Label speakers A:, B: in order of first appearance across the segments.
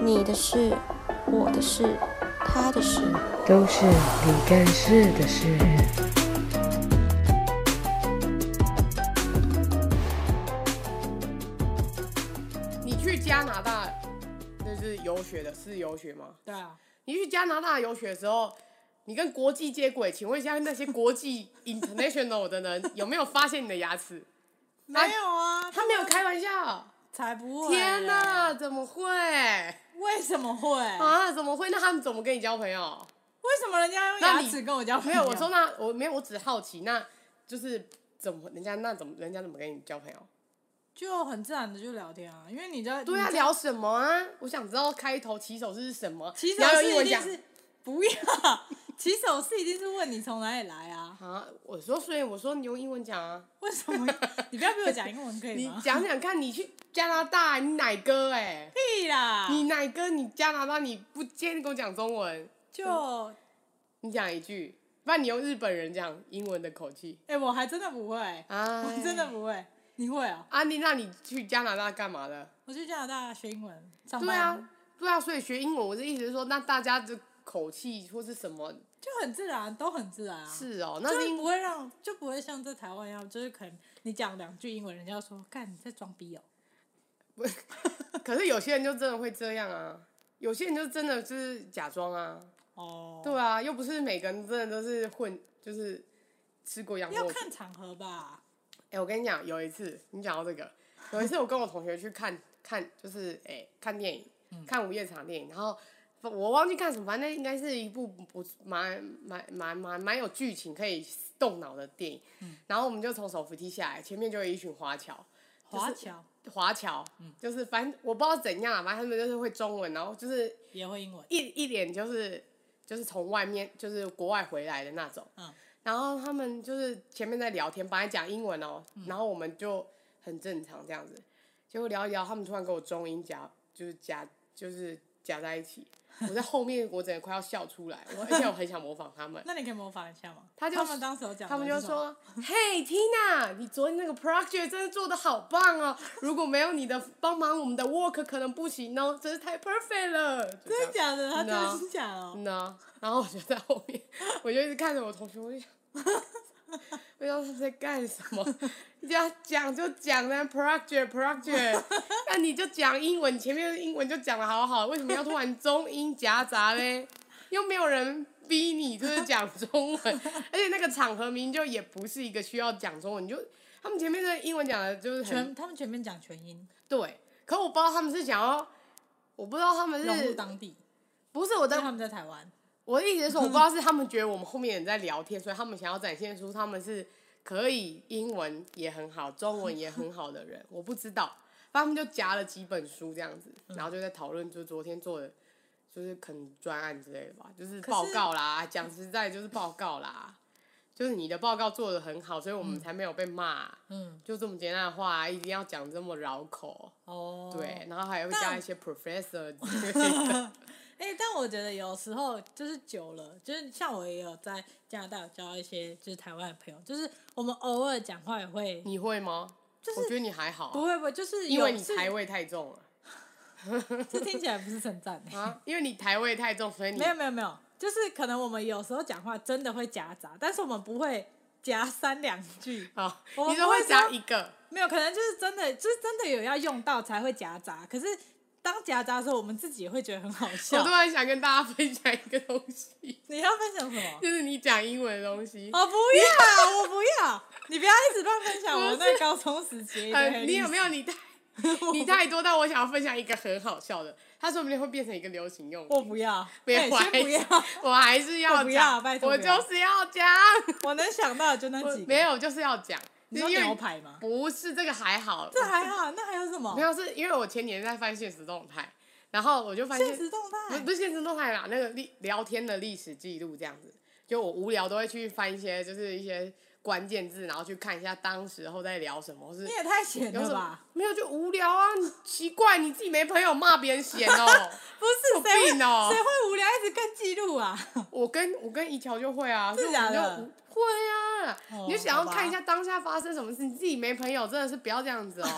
A: 你的事、我的事、他的事。
B: 都是你干事的事。
C: 你去加拿大那是游学的，是游学吗？
D: 对啊，
C: 你去加拿大游学的时候，你跟国际接轨，请问一下那些国际 international 的人有没有发现你的牙齿？
D: 没有啊，
C: 他没有开玩笑，
D: 才不会。
C: 天哪，，怎么会
D: 为什么会？
C: 啊？怎么会？那他们怎么跟你交朋友？
D: 为什么人家用
C: 那
D: 牙
C: 你
D: 齿跟我交朋
C: 没
D: 友？
C: 有，我说那我没有，我只好奇，那就是怎么人家那怎么人家怎么跟你交朋友？
D: 就很自然的就聊天啊，因为你在
C: 对啊，
D: 你在
C: 聊什么啊？我想知道开头起手是什么。
D: 起
C: 你
D: 手
C: 要用英
D: 是一
C: 文
D: 定
C: 讲
D: 是 不要，起手是一定是问你从哪里来啊？
C: 啊！我说，所以我说你用英文讲啊。
D: 为什么？你不要逼我讲英文可以
C: 你
D: 吗？
C: 讲讲看，你去加拿大，你奶哥哎、
D: 屁啦，
C: 你奶哥，你加拿大你不今天跟我讲中文，
D: 就
C: 你讲一句，不然你用日本人讲英文的口气
D: 哎、我还真的不会，
C: 啊
D: 我真的不会。你会啊？
C: 啊！你那你去加拿大干嘛的？
D: 我去加拿大学英文，上
C: 对
D: 班
C: 啊，对啊，所以学英文，我的意思是说，那大家的口气或是什么
D: 就很自然，都很自然啊。
C: 是哦，那
D: 就是是
C: 因
D: 不会让，就不会像在台湾一样，就是可能你讲两句英文，人家就说“看你在装逼哦
C: 可是有些人就真的会这样啊，有些人就真的是假装啊，”。
D: 哦，
C: 对啊，又不是每个人真的都是混，就是吃过洋
D: 要
C: 墨水。
D: 看场合吧。
C: 哎、我跟你讲，有一次你讲到这个，有一次我跟我同学去看看，就是哎、看电影，
D: 嗯
C: 看午夜场电影，然后我忘记看什么，反正应该是一部不蛮蛮蛮蛮蛮有剧情可以动脑的电影。
D: 嗯
C: 然后我们就从手扶梯下来，前面就有一群华侨，
D: 华侨
C: 华侨，
D: 嗯
C: 就是反正我不知道怎样啊，反正他们就是会中文，然后就是
D: 也会英文，
C: 一一脸就是就是从外面就是国外回来的那种，
D: 嗯
C: 然后他们就是前面在聊天，本来讲英文哦、
D: 嗯
C: 然后我们就很正常这样子，结果聊一聊，他们突然给我中英夹就是夹就是夹在一 起，我在后面我整个快要笑出来，我而且我很想模仿他 们，
D: 那你可以模仿一下吗？
C: 他就
D: 们当时有讲的是什么，
C: 他们就说：“嘿，Tina，你昨天那个 project 真的做的好棒哦！如果没有你的帮忙，我们的 work 可能不行哦，真是太 perfect 了。”
D: 真的假的？他
C: 真的啊
D: 真心讲哦。
C: 嗯啊，然后我就在后面，我就一直看着我同学，我就想，不知道他们在干什么。你要讲就讲呢，project project，那 你就讲英文，你前面的英文就讲的好好，为什么要突然中英夹杂嘞？又没有人逼你，就是讲中文，而且那个场合明明就也不是一个需要讲中文，你就他们前面的英文讲的就是很
D: 全他们全面讲全英，
C: 对，可我不知道他们是想要，我不知道他们
D: 融入
C: 是
D: 当地，
C: 不是我
D: 但
C: 的
D: 他们在台湾，
C: 我的意思是说，我不知道是他们觉得我们后面人在聊天，所以他们想要展现出他们是可以英文也很好、中文也很好的人，我不知道。反正他们就夹了几本书这样子，然后就在讨论，就是昨天做的，就是可能专案之类的吧，就是
D: 可是
C: 报告啦。讲实在就是报告啦，就是你的报告做的很好，所以我们才没有被骂。
D: 嗯，
C: 就这么简单的话，啊一定要讲这么绕口。
D: 哦，
C: 对，然后还会
D: 但
C: 加一些 professor 之类 的。
D: 哎、但我觉得有时候就是久了，就是像我也有在加拿大有交到一些就是台湾的朋友，就是我们偶尔讲话也会，
C: 你会吗？
D: 就是
C: 我觉得你还好啊、
D: 不会不会，就是
C: 嗯因为你
D: 是
C: 台味太重了
D: 这听起来不是称赞、 欸，
C: 啊，因为你台味太重，所以你
D: 没有没有没有，就是可能我们有时候讲话真的会夹杂，但是我们不会夹三两句，
C: 啊，
D: 我
C: 你
D: 们
C: 就
D: 不会
C: 会夹
D: 说
C: 一个，
D: 没有，可能就是真的就是真的有要用到才会夹杂，可是当夹杂的时候，我们自己也会觉得很好
C: 我
D: 笑
C: 突。然想跟大家分享一个东西，
D: 你要分享什么？
C: 就是你讲英文的东西。
D: 哦，不要，我不要，你不要一直乱分享我那高中时期的
C: 呃，
D: 黑历史。
C: 你有没有你太 你太多到我想要分享一个很好笑的，它说不定会变成一个流行用
D: 我
C: 语。
D: 不要，
C: 没
D: 哎
C: 有，我
D: 先
C: 还
D: 不
C: 是
D: 要，
C: 我还 是要
D: 我不要
C: 讲
D: 拜，托
C: 我
D: 不要
C: 就是要讲，
D: 我能想到的就那
C: 我
D: 几个。
C: 没，有就是要讲，
D: 你
C: 是
D: 说
C: 因为
D: 牛排吗？
C: 不是这个还好，
D: 这还好，那还有什么
C: 没？有啊是因为我前年在翻现实动态，然后我就发现
D: 现实动
C: 不是
D: 态
C: 不，是现实动态啦，那个历聊天的历史记录这样子。就我无聊都会去翻一些，就是一些关键字，然后去看一下当时候在聊什么，或是
D: 你也太闲
C: 有什么
D: 了吧？
C: 没有就无聊啊，你奇怪你自己没朋友骂别人闲 哦。
D: 不是，谁
C: 有
D: 会
C: 病哦
D: 谁会无聊一直看记录啊？
C: 我跟我跟怡乔就会啊，
D: 真的
C: 所以我们
D: 假的
C: 就会啊，
D: 哦
C: 你就想要
D: 好吧
C: 看一下当下发生什么事，你自己没朋友真的是不 要这样子哦，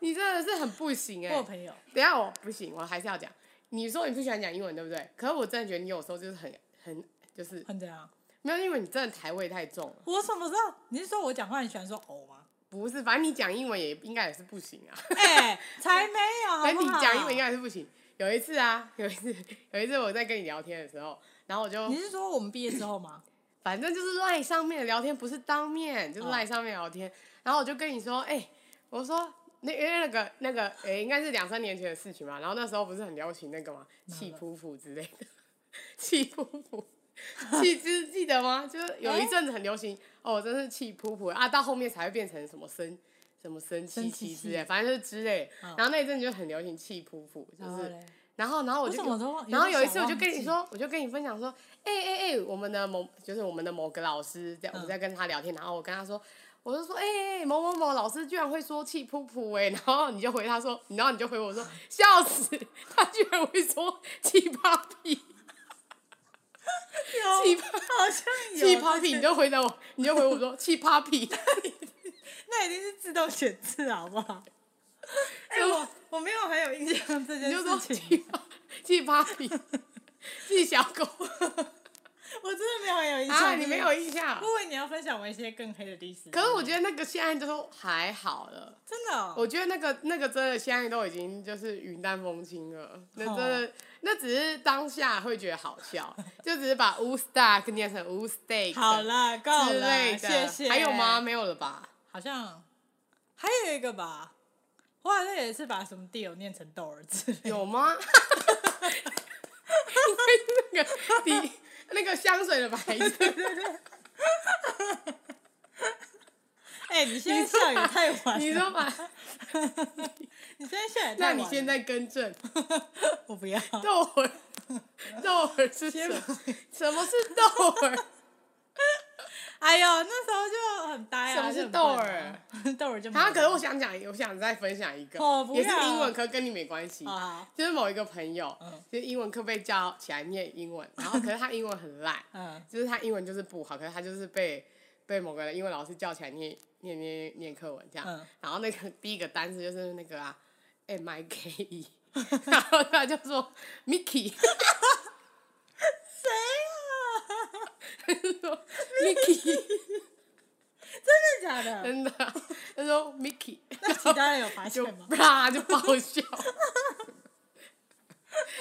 C: 你真的是很不行哎、
D: 我有朋友，
C: 等一下我不行，我还是要讲。你说你不喜欢讲英文，对不对？可是我真的觉得你有时候就是很很就是
D: 很怎样？
C: 没有，因为你真的台味太重了。
D: 我什么时候？你是说我讲话很喜欢说 哦吗？
C: 不是，反正你讲英文也应该也是不行啊。
D: 哎、才没有好不好
C: 反 正你讲英文应该也是不行。有一次啊，有一次，有一次我在跟你聊天的时候，然后我就
D: 你是说我们毕业之 后吗？
C: 反正就是赖上面的聊天，不是当面，就是
D: 哦
C: 赖上面聊天。然后我就跟你说，哎、我说那因为那个那个，哎、应该是两三年前的事情嘛。然后那时候不是很流行那个嘛，
D: 嗯
C: 气噗噗之类的，气噗噗。气之记得吗？就是有
D: 哎
C: 一阵子很流行、哦，真是气噗噗啊，到后面才会变成什么生什么生气
D: 生气
C: 气之
D: 气
C: 类，反正就是之类。
D: 哦
C: 然后那一阵子就很流行气噗噗，就
D: 然后
C: 是
D: 嘞
C: 然后，然后我
D: 我
C: 就
D: 怎
C: 跟，
D: 么都忘
C: 然后有一
D: 点
C: 次
D: 想
C: 我就跟
D: 忘
C: 你
D: 记
C: 说，我就跟你分享说，哎哎哎，我们的某就是我们的某个老师在，我
D: 嗯
C: 们在跟他聊天，然后我跟他说，我就说，哎、哎哎，某某某老师居然会说气噗噗哎、然后你就回他说，然后你就回我说，笑死，他居然会说气泡屁，
D: 有
C: 气泡
D: 好像 有啊
C: 气泡屁，
D: 这
C: 你
D: 些
C: 就回答我，你就回我说气泡屁，
D: 那一定是自动选字，好 不好？哎、我我没有很有印象这
C: 你
D: 件
C: 就说
D: 事
C: 气
D: 情，
C: 泡气泡屁，气小狗
D: 我真的没有很有印象。
C: 啊，你没有印象
D: 不，为你要分享我一些更黑的历史。
C: 可是我觉得那个现在就说还好了。
D: 真的哦、
C: 我觉得那个那个真的现在都已经就是云淡风轻了，那
D: 哦
C: 真的、那只是当下会觉得好笑， 就只是把 u s t a k 念成 u s t a k
D: 好啦，够
C: 之类
D: 了，
C: 的，
D: 谢谢。
C: 还有吗？？没有了 吧？
D: 好像还有一个吧，我好像也是把什么 deal 念成豆儿之类的。
C: 有吗？因为那个底那个香水的牌 子，
D: 哎、你现在笑也太晚了。
C: 你说吧，
D: 你现在笑也太
C: 那
D: 晚了。
C: 你现在更正，
D: 我不要。
C: 豆 儿，豆儿是什
D: 先
C: 么？什么是豆儿？
D: 哎呦，那时候就很呆啊。
C: 什么是
D: 就很笨啊
C: 豆？
D: 豆儿就没
C: 啊，
D: 有
C: 可是我想讲，我想再分享一个，
D: 哦不
C: 也是
D: 要
C: 英文，可是跟你没关系。
D: 好好
C: 就是某一个朋友，
D: 嗯
C: 就是英文课被叫起来念英文，然后可是他英文很烂，
D: 嗯
C: 就是他英文就是不好，可是他就是被被某个英文老师叫起来念念念念课文这样。
D: 嗯
C: 然后那个第一个单词就是那个啊，M I K E，然后他就说 Mickey。谁 啊？Mickey，
D: 真的假的？
C: 真的，他说 Mickey，
D: 那其他人有发现
C: 就
D: 吗？
C: 啪就爆笑。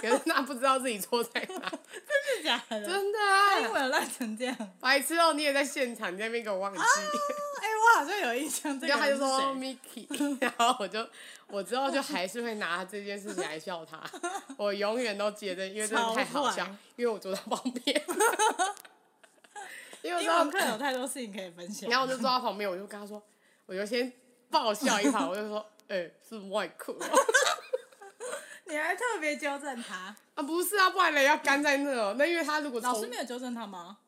C: 可是他不知道自己错在哪，
D: 真的假的？哎
C: 真的
D: 他英
C: 啊！
D: 文烂成这样。哎、
C: 白痴哦，你也在现场，你在那边给我忘记。
D: 我好像有印象，啊这个
C: 然后他就
D: 人是
C: 说
D: 谁？
C: Mickey，然 后我就我之后就还是会拿这件事情来笑他，我永远都觉得因为真的太好
D: 超
C: 笑
D: 坏，
C: 因为我坐在旁 边，因为我
D: 英
C: 说
D: 文课有太多事情可以分享。
C: 然后我就坐到旁边，我就跟他说，我就先爆笑一旁，我就说，哎、是外裤哦、
D: 你还特别纠正他，
C: 啊，不是啊，不然人要干在那哦。那因为他如果
D: 老
C: 从
D: 师没有纠正他吗？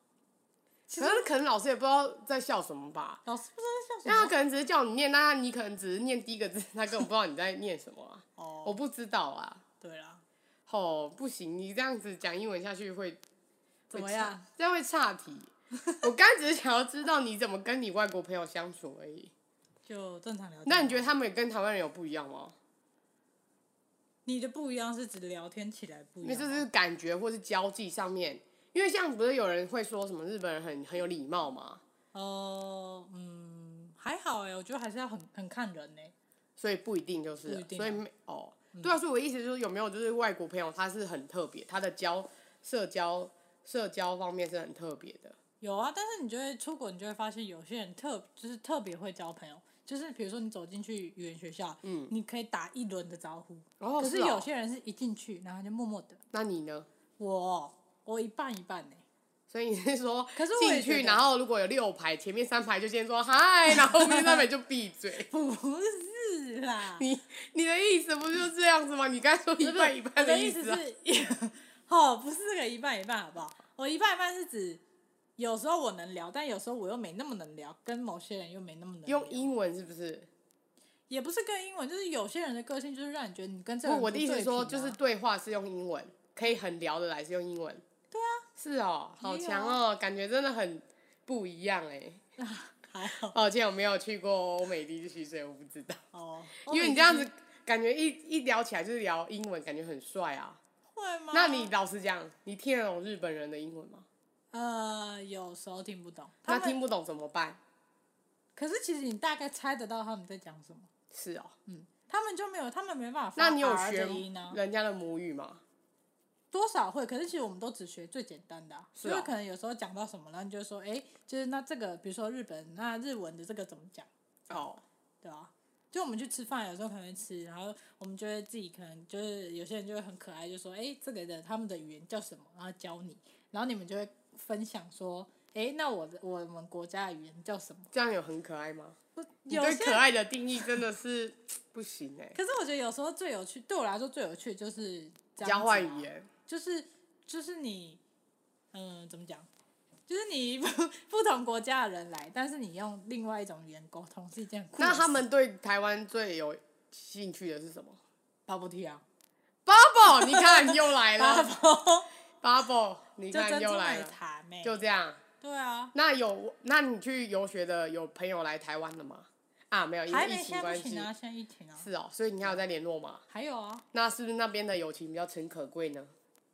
C: 可是可能老师也不知道在笑什么吧，
D: 老师不知道在
C: 那他
D: 笑什么。
C: 可能只是叫你念，那你可能只是念第一个字， 他根本不知道你在念什么啊。我
D: 哦，
C: 不知道啊，
D: 对了，
C: 吼，不行，你这样子讲英文下去会
D: 怎么？样
C: 会差这样会岔题。 我刚才只是想要知道你怎么跟你外国朋友相处而 已。
D: 就正常聊天。
C: 那你觉得他们跟台湾人有不一样吗？
D: 你的不一样是指聊天起来不一
C: 那
D: 样啊
C: 就
D: 吗？
C: 是感觉或是交际上面，因为像不是有人会说什么日本人很很有礼貌吗？
D: 哦，嗯，还好哎、我觉得还是要很很看人欸呢、
C: 所以不一定就是
D: 不
C: 了，
D: 一定啊
C: 所以没哦，对啊，所以我的意思就是有没有就是外国朋友他是很特别，他的交社交社交方面是很特别的，
D: 有啊，但是你就会出国，你就会发现有些人特就是特别会交朋友，就是比如说你走进去语言学校，嗯，你可以打一轮的招呼，
C: 哦
D: 可
C: 是
D: 是
C: 哦
D: 有些人是一进去，然后就默默的，
C: 那你呢？
D: 我我一半一半呢、欸
C: 所以你是说，
D: 可是我也
C: 进去，
D: 觉得
C: 然后如果有六排，前面三排就先说嗨，然后后面三排就闭嘴。
D: 不是啦，
C: 你你的意思不就是这样子吗？你刚才说一半一
D: 我
C: 半
D: 的
C: 意
D: 思
C: 啊，
D: 是， 哦，不是这个一半一半，好不好？我一半一半是指。有时候我能聊，但有时候我又没那么能聊，跟某些人又没那么能聊。
C: 用英文是不是？
D: 也不是跟英文，就是有些人的个性就是让你觉得你跟这
C: 不，
D: 个人
C: 我的意思
D: 对
C: 是说，
D: 频
C: 就
D: 啊
C: 是对话是用英文，可以很聊得来是用英文。对啊。是哦，好
D: 也有
C: 强哦，感觉真的很不一样哎、
D: 还好
C: 抱歉，我没有去过欧美地区，所以我不知道。
D: 哦，
C: 因为你这样子，感觉一一聊起来就是聊英文，感觉很帅啊。
D: 会吗？
C: 那你老实讲，你听得懂日本人的英文吗？
D: 呃，有时候听不懂，
C: 那
D: 他们
C: 听不懂怎么办？
D: 可是其实你大概猜得到他们在讲什么，
C: 是哦，
D: 嗯，他们就没有，他们没办法发
C: 那你有
D: R
C: 学
D: 的音啊呢？
C: 人家的母语吗？
D: 多少会，可是其实我们都只学最简单的、啊，
C: 是
D: 因为
C: 哦
D: 可能有时候讲到什么，然后你就说，哎、就是那这个，比如说日本那日文的这个怎么讲，
C: 哦，
D: 对啊，就我们去吃饭，有时候可能会吃，然后我们就会自己可能就是有些人就会很可爱，就说，哎、这个的他们的语言叫什么，然后教你，然后你们就会分享说，哎、那我的我们国家的语言叫什么？
C: 这样有很可爱吗？你
D: 有
C: 对
D: 些
C: 可爱的定义真的是不行哎、
D: 可是我觉得有时候最有趣，对我来说最有趣的就是这样
C: 交
D: 子
C: 换
D: 啊
C: 语言，
D: 就是就是你，嗯、怎么讲？就是你不不同国家的人来，但是你用另外一种语言沟通是一件很酷的
C: 那他
D: 事
C: 们对台湾最有兴趣的是什么
D: bubble tea 啊，
C: ？Bubble，你看又来了
D: bubble
C: ，Bubble，你
D: 就
C: 看
D: 珍
C: 又
D: 珠
C: 来
D: 奶
C: 了，
D: 茶妹，
C: 就这样。
D: 欸对啊，
C: 那有，那你去游学的有朋友来台湾了吗？啊，没有，因
D: 还
C: 为疫
D: 没
C: 情
D: 现在
C: 关
D: 不
C: 系
D: 行。啊，现在疫情啊，
C: 是哦，所以你还有在联络吗？
D: 还有啊，
C: 那是不是那边的友情比较诚可贵呢？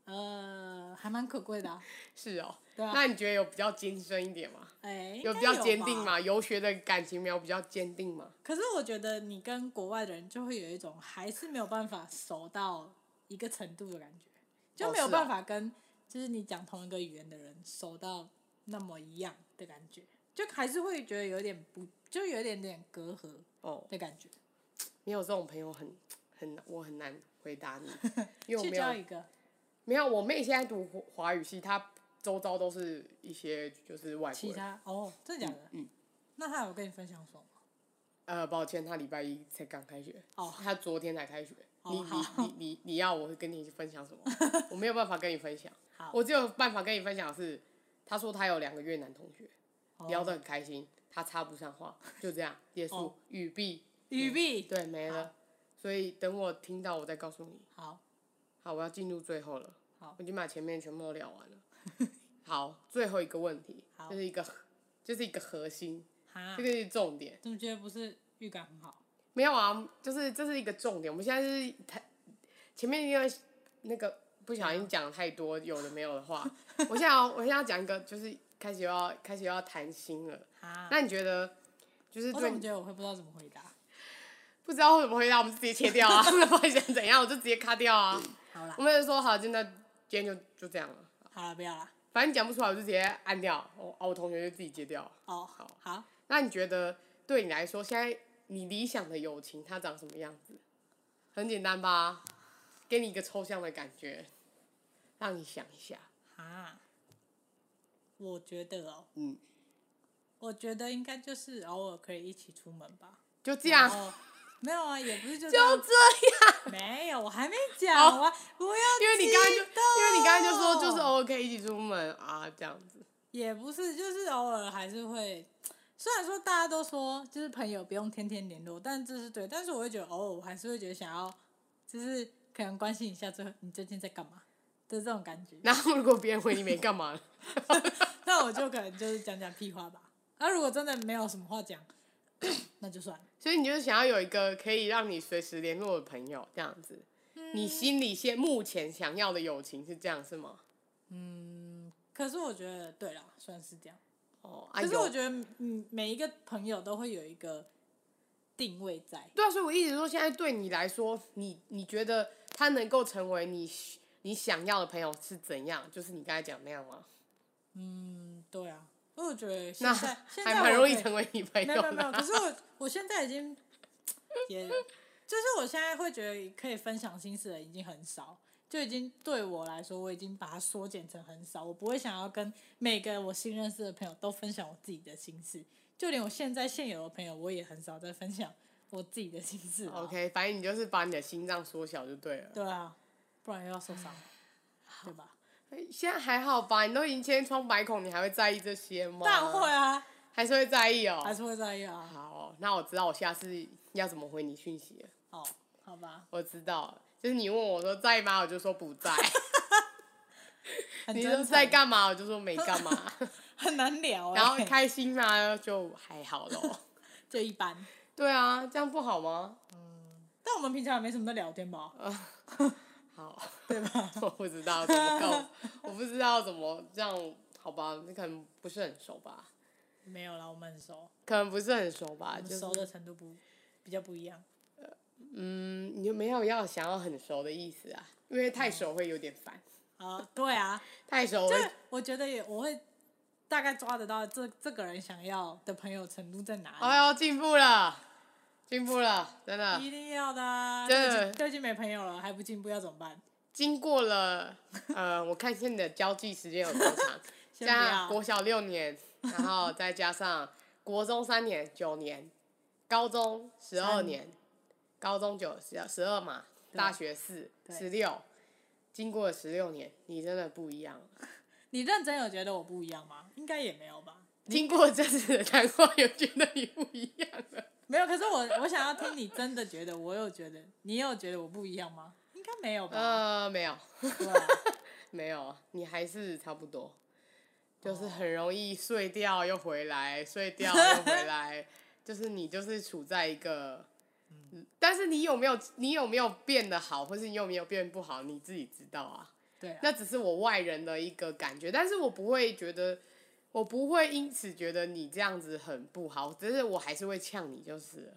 D: 呃，还蛮可贵的、啊，
C: 是哦，
D: 对啊
C: 那你觉得有比较坚深一点吗？
D: 哎、
C: 有
D: 应
C: 比
D: 该
C: 较坚定
D: 吧？
C: 吗？游学的感情没有比较坚定吗？
D: 可是我觉得你跟国外的人就会有一种还是没有办法熟到一个程度的感觉，就
C: 哦
D: 没有
C: 是哦
D: 办法跟就是你讲同一个语言的人熟到那么一样的感觉，就还是会觉得有点不，就有点点隔阂
C: 哦，
D: 的感觉。
C: 没有这种朋友很很我很难回答你，因为我
D: 去
C: 没
D: 交
C: 有
D: 一个，
C: 没有，我妹现在读华华语系，她周遭都是一些就是外
D: 其
C: 国人。
D: 他哦，真的假的？
C: 嗯
D: 那他有跟你分享什么吗？
C: 呃，抱歉，她礼拜一才刚开学，
D: 哦
C: 她昨天才开学。
D: 哦
C: 你
D: 好
C: 你你你你要我跟你分享什么？ 我没有办法跟你分享，
D: 好，
C: 我只有办法跟你分享的是，她说她有两个越南同学，
D: 哦
C: 聊得很开心，她插不上话，就这样结束
D: 哦，
C: 语毕，
D: 语毕，
C: 对，没了。所以等我听到我再告诉你。
D: 好，
C: 好，我要进入最后了。
D: 好
C: 我已经把前面全部都聊完了。 好，最后一个问题，
D: 好
C: 就是一个就是一个核心，
D: 哈
C: 这，个是重点。
D: 怎么觉得不是预感很好？
C: 没有啊，就是这是一个重点。我们现在是太前面因为那个不小心讲太多有的没有的话，我现在要我现在要讲一个，就是开始又要开始又要谈心了。
D: 哈，
C: 那你觉得就是
D: 我
C: 对
D: 怎么
C: 你
D: 觉得我会不知道怎么回答？
C: 不知道会怎么回答，我们就直接切掉啊， 不管想怎样我就直接卡掉啊。
D: 好啦
C: 我，们就说好，现在今天就就这样了。
D: 好了，不要啦。
C: 反正讲不出来，我就直接按掉。我啊，我同学就自己接掉。
D: 哦，
C: 好
D: 好，
C: 那你觉得对你来说，现在你理想的友情它长什么样子？很简单吧，给你一个抽象的感觉，让你想一下。
D: 啊，我觉得哦，
C: 嗯，
D: 我觉得应该就是偶尔可以一起出门吧。
C: 就这
D: 然
C: 样，
D: 后没有啊，也不是就这
C: 啊 就
D: 样，
C: 这样。
D: 没有，我 还没讲完，不要
C: 因为
D: 激动，哦
C: 你刚刚就，因为你刚刚就说，就是偶尔可以一起出门啊，这样子。
D: 也不是，就是偶尔还是会。虽然说大家都说就是朋友不用天天联络，但这是对，但是我会觉得偶尔我还是会觉得想要，就是可能关心一下最后你最近在干嘛的这种感觉。
C: 然后如果别人回你没干嘛了，
D: 那我就可能就是讲讲屁话吧。那、如果真的没有什么话讲， 那就算了。
C: 所以你就是想要有一个可以让你随时联络的朋友，这样子。
D: 嗯
C: 你心里现目前想要的友情是这样是吗？
D: 可是我觉得，对啦，算是这样。
C: 哦，啊
D: 可是
C: 有
D: 我觉得，嗯，每一个朋友都会有一个定位在。
C: 对啊，所以我一直说，现在对你来说，你你觉得他能够成为你你想要的朋友是怎样？就是你刚才讲那样吗？
D: 嗯，对啊。因为我觉得现
C: 那
D: 在现
C: 还
D: 在
C: 蛮
D: 我
C: 容易
D: 可以
C: 成为你朋
D: 没
C: 友
D: 有没有没有，可
C: 的。啊
D: 是我我现在已经也，就是我现在会觉得可以分享心事的已经很少，就已经对我来说，我已经把它缩减成很少。我不会想要跟每个我新认识的朋友都分享我自己的心事，就连我现在现有的朋友，我也很少在分享我自己的心事啊。
C: OK，反正你就是把你的心脏缩小就对了。
D: 对啊，不然又要受伤了，对吧？
C: 现在还好吧？你都已经千疮百孔，你还会在意这些吗？
D: 当然会，啊，
C: 还是会在意哦。
D: 还是会在意啊。
C: 好哦，那我知道我下次要怎么回你讯息了。
D: 哦，好吧，
C: 我知道了，就是你问我说在吗，我就说不 在；
D: 很
C: 你
D: 真
C: 说
D: 诚
C: 在，干嘛，我就说没干 嘛。
D: 很难聊、欸。
C: 然后开心嘛，就还好咯。
D: 就一般。
C: 对啊，这样不好吗？
D: 但我们平常也没什么在聊天吧？
C: 好，
D: 对吧？
C: 我不知道怎么告，我不知道怎么这样，好吧，你可能不是很熟吧，
D: 没有啦，我们很熟，
C: 可能不是很熟吧，
D: 我
C: 啊就
D: 们
C: 是
D: 熟的程度不比较不一样。
C: 嗯，你就没有要想要很熟的意思啊，因为太熟会有点烦，
D: 啊、对 啊，
C: 太熟
D: 就
C: 会
D: 是我觉得也我会大概抓得到这这个人想要的朋友程度在哪里，
C: 哎呦，进步了，进步了，真的。
D: 一定要的、啊。
C: 真
D: 都已
C: 的
D: 经都已经没朋友了，还不进步要怎么办？
C: 经过了，呃，我看一下你的交际时间有多长，
D: 先不
C: 加
D: 要
C: 国小六 年，然后再加上国中三年，九年，高中十二
D: 三
C: 年，高中九十十二嘛，
D: 对
C: 大学四
D: 对
C: 十六，经过了十六年，你真的不一样了。
D: 你认真有觉得我不一样吗？应该也没有吧。
C: 经过这次的谈话，有觉得你不一样了？
D: 没有，可是我我想要听你真的觉得，我有觉得，你有觉得我不一样吗？应该没有吧？
C: 呃，没有，
D: 对啊
C: 没有，你还是差不多，就是很容易睡掉又回来，睡掉又回来，就是你就是处在一个，但是你有没有你有没有变得好，或是你有没有变不好，你自己知道啊。
D: 对啊，
C: 那只是我外人的一个感觉，但是我不会觉得，我不会因此觉得你这样子很不好，只是我还是会呛你就是了，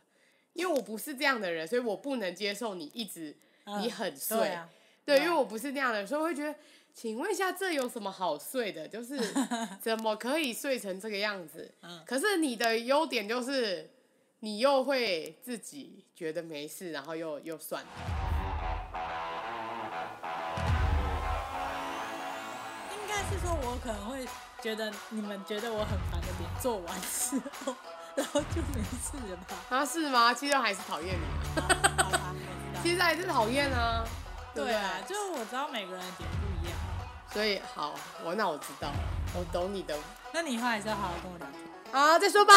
C: 因为我不是这样的人，所以我不能接受你一直
D: 嗯
C: 你很碎。
D: 对啊，
C: 对，
D: 对
C: 因为我不是那样的人，所以我会觉得，请问一下，这有什么好睡 的？就是怎么可以睡成这个样子？
D: 嗯
C: 可是你的优点就是，你又会自己觉得没事，然后又又算了。
D: 应该是说我可能会觉得你们觉得我很烦的点，做完之后，然后就没事了吧？
C: 啊，是吗？其实还是讨厌你啊，
D: 好吧，我知道
C: 其实还是讨厌啊。对不
D: 对
C: 对
D: 啊，就是我知道每个人的点不一样。
C: 所以好，我那我知道了，我懂你的
D: 那你以后还是要好好跟我聊天。
C: 啊，再说吧。